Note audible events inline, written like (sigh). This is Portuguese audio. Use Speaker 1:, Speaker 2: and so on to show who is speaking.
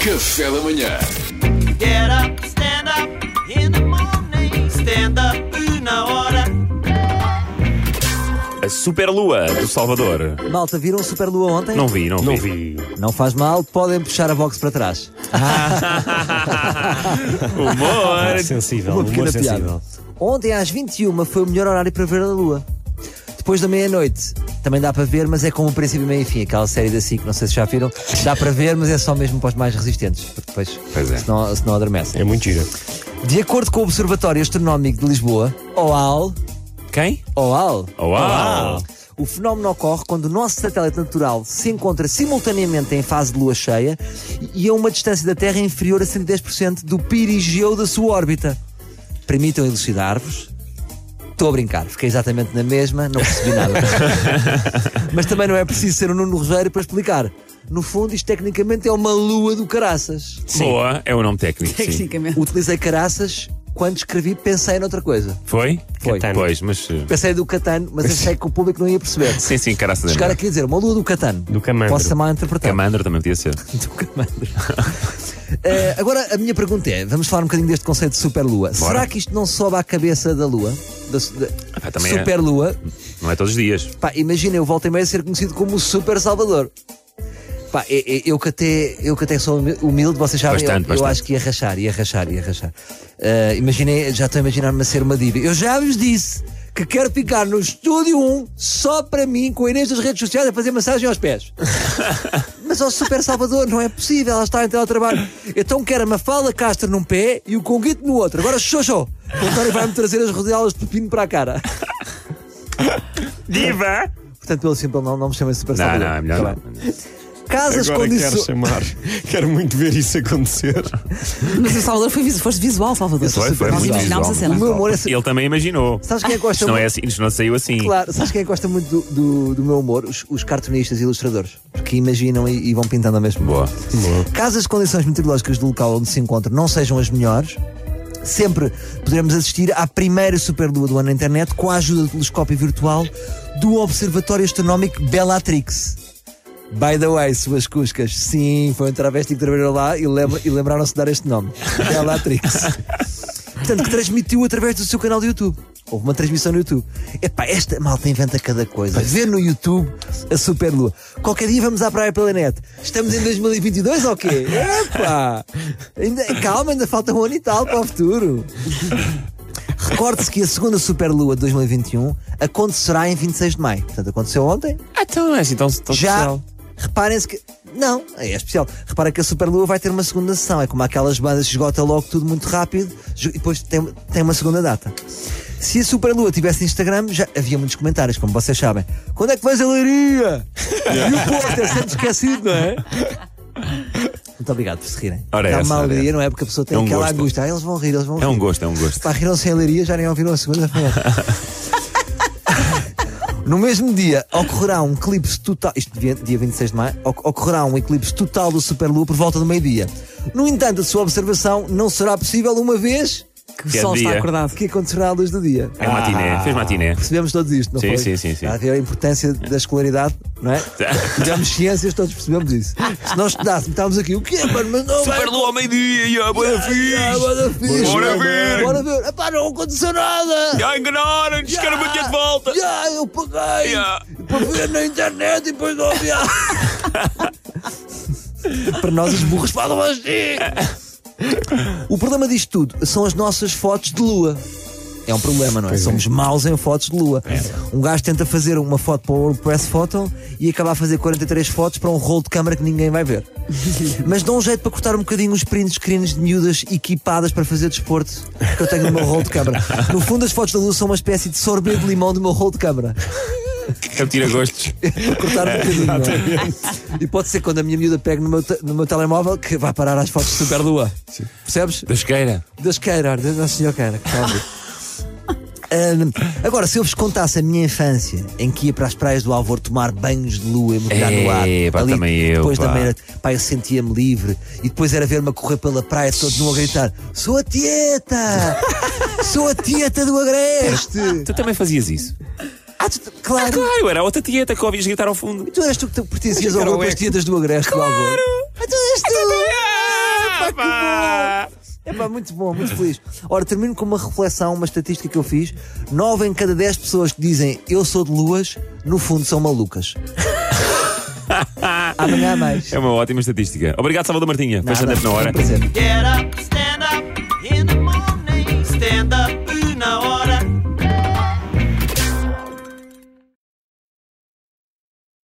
Speaker 1: Café da manhã.
Speaker 2: Get up, stand up in the morning. Stand up na hora.
Speaker 3: A Superlua do Salvador.
Speaker 4: Malta, viram o Super Lua ontem?
Speaker 3: Não vi, não vi. (laughs)
Speaker 5: Não vi.
Speaker 4: Não faz mal, podem puxar a box para trás.
Speaker 3: Humor. Ah,
Speaker 5: Humor sensível,
Speaker 4: Uma
Speaker 5: humor
Speaker 4: pequena
Speaker 5: sensível.
Speaker 4: piada. Ontem às 21 foi o melhor horário para ver a lua. Depois da meia-noite também dá para ver, mas é como o princípio, meio e fim. Aquela série da SIC, não sei se já viram. Dá para ver, mas é só mesmo para os mais resistentes. Porque depois,
Speaker 3: Pois é.
Speaker 4: senão, senão adormecem.
Speaker 5: É muito gira.
Speaker 4: De acordo com o Observatório Astronómico de Lisboa, OAL,
Speaker 3: Quem?
Speaker 4: OAL,
Speaker 3: Uau.
Speaker 4: O fenómeno ocorre quando o nosso satélite natural se encontra simultaneamente em fase de lua cheia e a uma distância da Terra inferior a 110% do perigeu da sua órbita. Permitam elucidar-vos. Estou a brincar, fiquei exatamente na mesma, não percebi nada. Mas também não é preciso ser o Nuno Rogério para explicar. No fundo, isto tecnicamente é uma lua do caraças.
Speaker 3: Boa, é o nome técnico. Sim.
Speaker 6: Tecnicamente.
Speaker 4: Utilizei caraças quando escrevi, pensei noutra coisa.
Speaker 3: Foi?
Speaker 4: Foi.
Speaker 5: Catano.
Speaker 3: Pois, mas. eh,
Speaker 4: Pensei do Catano, mas achei que o público não ia perceber.
Speaker 3: Sim, sim, caraça
Speaker 4: Os
Speaker 3: da
Speaker 4: caras queriam dizer uma lua do Catano.
Speaker 5: Do Camandro.
Speaker 4: Posso mal interpretar.
Speaker 3: Camandro também podia (laughs) ser.
Speaker 4: Do Camandro. Eh, agora, a minha pergunta é: vamos falar um bocadinho deste conceito de superlua. Será que isto não sobe à cabeça da lua? Da, su- da-
Speaker 3: pá, também é.
Speaker 4: superlua?
Speaker 3: Não é todos os dias.
Speaker 4: Pá, imagina, eu volto e meia a ser conhecido como o Super Salvador. Pá, e- e- eu, que até, eu que até sou humi- humilde, vocês sabem, eu-
Speaker 3: Bastante,
Speaker 4: eu,
Speaker 3: bastante.
Speaker 4: acho que ia rachar, ia rachar, ia rachar. Eh, imaginei, já estou a imaginar-me a ser uma diva. Eu já vos disse que quero ficar no estúdio 1 só para mim, com a Inês das redes sociais, a fazer massagem aos pés. Mas ao Super Salvador não é possível, ela está em teletrabalho. Então quero a Mafalda Castro num pé e o Conguito no outro. Agora xoxó! O António vai-me trazer as rodelas de pepino para a cara.
Speaker 3: Diva!
Speaker 4: Portanto, pelo simples não, não me chamem Super
Speaker 3: Não,
Speaker 4: Salvador.
Speaker 3: não, é melhor.
Speaker 4: Tá bem.
Speaker 3: não.
Speaker 4: Caso as
Speaker 5: Agora quero
Speaker 4: condições.
Speaker 5: chamar. Quero muito ver isso acontecer.
Speaker 6: Mas o Salvador foi, visu- foste visual, Salvador.
Speaker 3: Foi, foi
Speaker 6: Nós
Speaker 3: muito
Speaker 6: imaginámos a
Speaker 3: visual.
Speaker 6: cena.
Speaker 4: é O meu humor é.
Speaker 3: Ele também imaginou.
Speaker 4: Sabes quem é que gosta
Speaker 3: Isto não
Speaker 4: muito?
Speaker 3: é assim, isto não saiu assim.
Speaker 4: Claro, sabes quem é que gosta muito do, do, do meu humor? Os, os cartunistas e ilustradores. Que imaginam e, e vão pintando a mesma.
Speaker 3: Boa.
Speaker 4: Caso as condições meteorológicas do local onde se encontra não sejam as melhores, sempre poderemos assistir à primeira superlua do ano na internet com a ajuda do telescópio virtual do Observatório Astronómico Bellatrix. By the way, suas cuscas, sim, foi um travesti que trabalhou lá e, lembra- e lembraram-se de dar este
Speaker 3: (laughs)
Speaker 4: nome: Bellatrix. Portanto, que transmitiu através do seu canal de YouTube. Houve uma transmissão no YouTube. Epá, esta malta inventa cada coisa. Vê no YouTube a Superlua. Qualquer dia vamos à praia pela net. Estamos em 2022 ou quê? Epá! Ainda, calma, ainda falta um ano e tal para o futuro. Recorde-se que a segunda Superlua de 2021 acontecerá em 26 de maio. Portanto, aconteceu ontem.
Speaker 3: Ah, então não é assim tão, tão
Speaker 4: Já.
Speaker 3: especial.
Speaker 4: Reparem-se que. Não, é especial. Repara que a Superlua vai ter uma segunda sessão. É como aquelas bandas que esgota logo tudo muito rápido ju- e depois tem, tem uma segunda data. Se a Superlua tivesse Instagram, já havia muitos comentários, como vocês sabem. Quando é que vais
Speaker 3: (laughs)
Speaker 4: a Leiria? E o Porto é sempre esquecido, não é? Muito obrigado por se rirem.
Speaker 3: Ora
Speaker 4: Dá
Speaker 3: essa,
Speaker 4: uma
Speaker 3: ora
Speaker 4: alegria,
Speaker 3: essa.
Speaker 4: não é? Porque a pessoa tem
Speaker 3: É um
Speaker 4: aquela
Speaker 3: gosto.
Speaker 4: angústia. Ah, eles vão rir, eles vão
Speaker 3: É
Speaker 4: rir.
Speaker 3: um gosto, é um gosto.
Speaker 4: Pá, riram-se em leiria, já nem ouviram
Speaker 3: (laughs)
Speaker 4: a segunda-feira. No mesmo dia ocorrerá um eclipse total. Isto dia, dia 26 de maio. oc- Ocorrerá um eclipse total do Superlua por volta do meio-dia. No entanto, a sua observação não será possível uma vez
Speaker 6: Que o
Speaker 3: Que é
Speaker 6: sol
Speaker 3: dia.
Speaker 6: está acordado.
Speaker 4: que acontecerá à luz do dia.
Speaker 3: É matiné, fez matiné.
Speaker 4: Percebemos todos isto, não
Speaker 3: Sim,
Speaker 4: foi?
Speaker 3: sim, sim, sim.
Speaker 4: Está a ver a importância da escolaridade,
Speaker 3: (laughs)
Speaker 4: não é? Tivemos ciências, todos percebemos isso. Se nós estudássemos, estávamos aqui, o quê, mano? Mas não, vai-
Speaker 3: Superlua ao meio-dia, já, boa
Speaker 4: Ah, bora ver.
Speaker 3: é Bora ver.
Speaker 4: Bora ver. Epá, não aconteceu nada.
Speaker 3: Já enganaram-nos, quero bater de volta.
Speaker 4: Já, eu paguei
Speaker 3: Já.
Speaker 4: para ver na internet e depois não havia. (laughs) para nós os burros falam assim. O problema disto tudo são as nossas fotos de lua. É um problema, não é? Somos maus em fotos de lua. Um gajo tenta fazer uma foto para o WordPress Photo e acaba a fazer 43 fotos para um rolo de câmara que ninguém vai ver. Mas dá um jeito para cortar um bocadinho os print screens de miúdas equipadas para fazer desporto que eu tenho no meu rolo de câmara. No fundo, as fotos da lua são uma espécie de sorbet de limão do meu rolo de câmara (laughs)
Speaker 3: Quero tirar gostos.
Speaker 4: cortar um bocadinho. não é? E pode ser quando a minha miúda pegue no meu, te- no meu telemóvel que vai parar às fotos de Superlua. Percebes?
Speaker 3: Da esqueira.
Speaker 4: Deus queira, Deus nosso senhor queira. que salve. Ahm, agora, se eu vos contasse a minha infância em que ia para as praias do Alvor tomar banhos de lua e mergulhar no ar,
Speaker 3: É, pá, também eu,
Speaker 4: depois da
Speaker 3: pá.
Speaker 4: meia pá, eu sentia-me livre e depois era ver-me a correr pela praia todo nu a gritar: Sou a tieta! Sou a tieta do Agreste!
Speaker 3: Tu também fazias isso?
Speaker 4: Ah, tu- claro!
Speaker 3: Claro, era a outra tieta que ouvias gritar ao fundo.
Speaker 4: Ah, Tu eras tu que te pertencias ao grupo das tiendas do Agreste, claro. Então és tu!
Speaker 3: Ah, Opa!
Speaker 4: É pá, muito bom, muito feliz. Ora, termino com uma reflexão, uma estatística que eu fiz. 9 em cada 10 pessoas que dizem eu sou de luas, no fundo são
Speaker 3: (laughs)
Speaker 4: malucas. Amanhã há mais.
Speaker 3: É uma ótima estatística. Obrigado, Salvador Martinha.
Speaker 4: Nada,
Speaker 3: Fechando na
Speaker 4: um
Speaker 3: hora.
Speaker 4: prazer.
Speaker 2: Get up, stand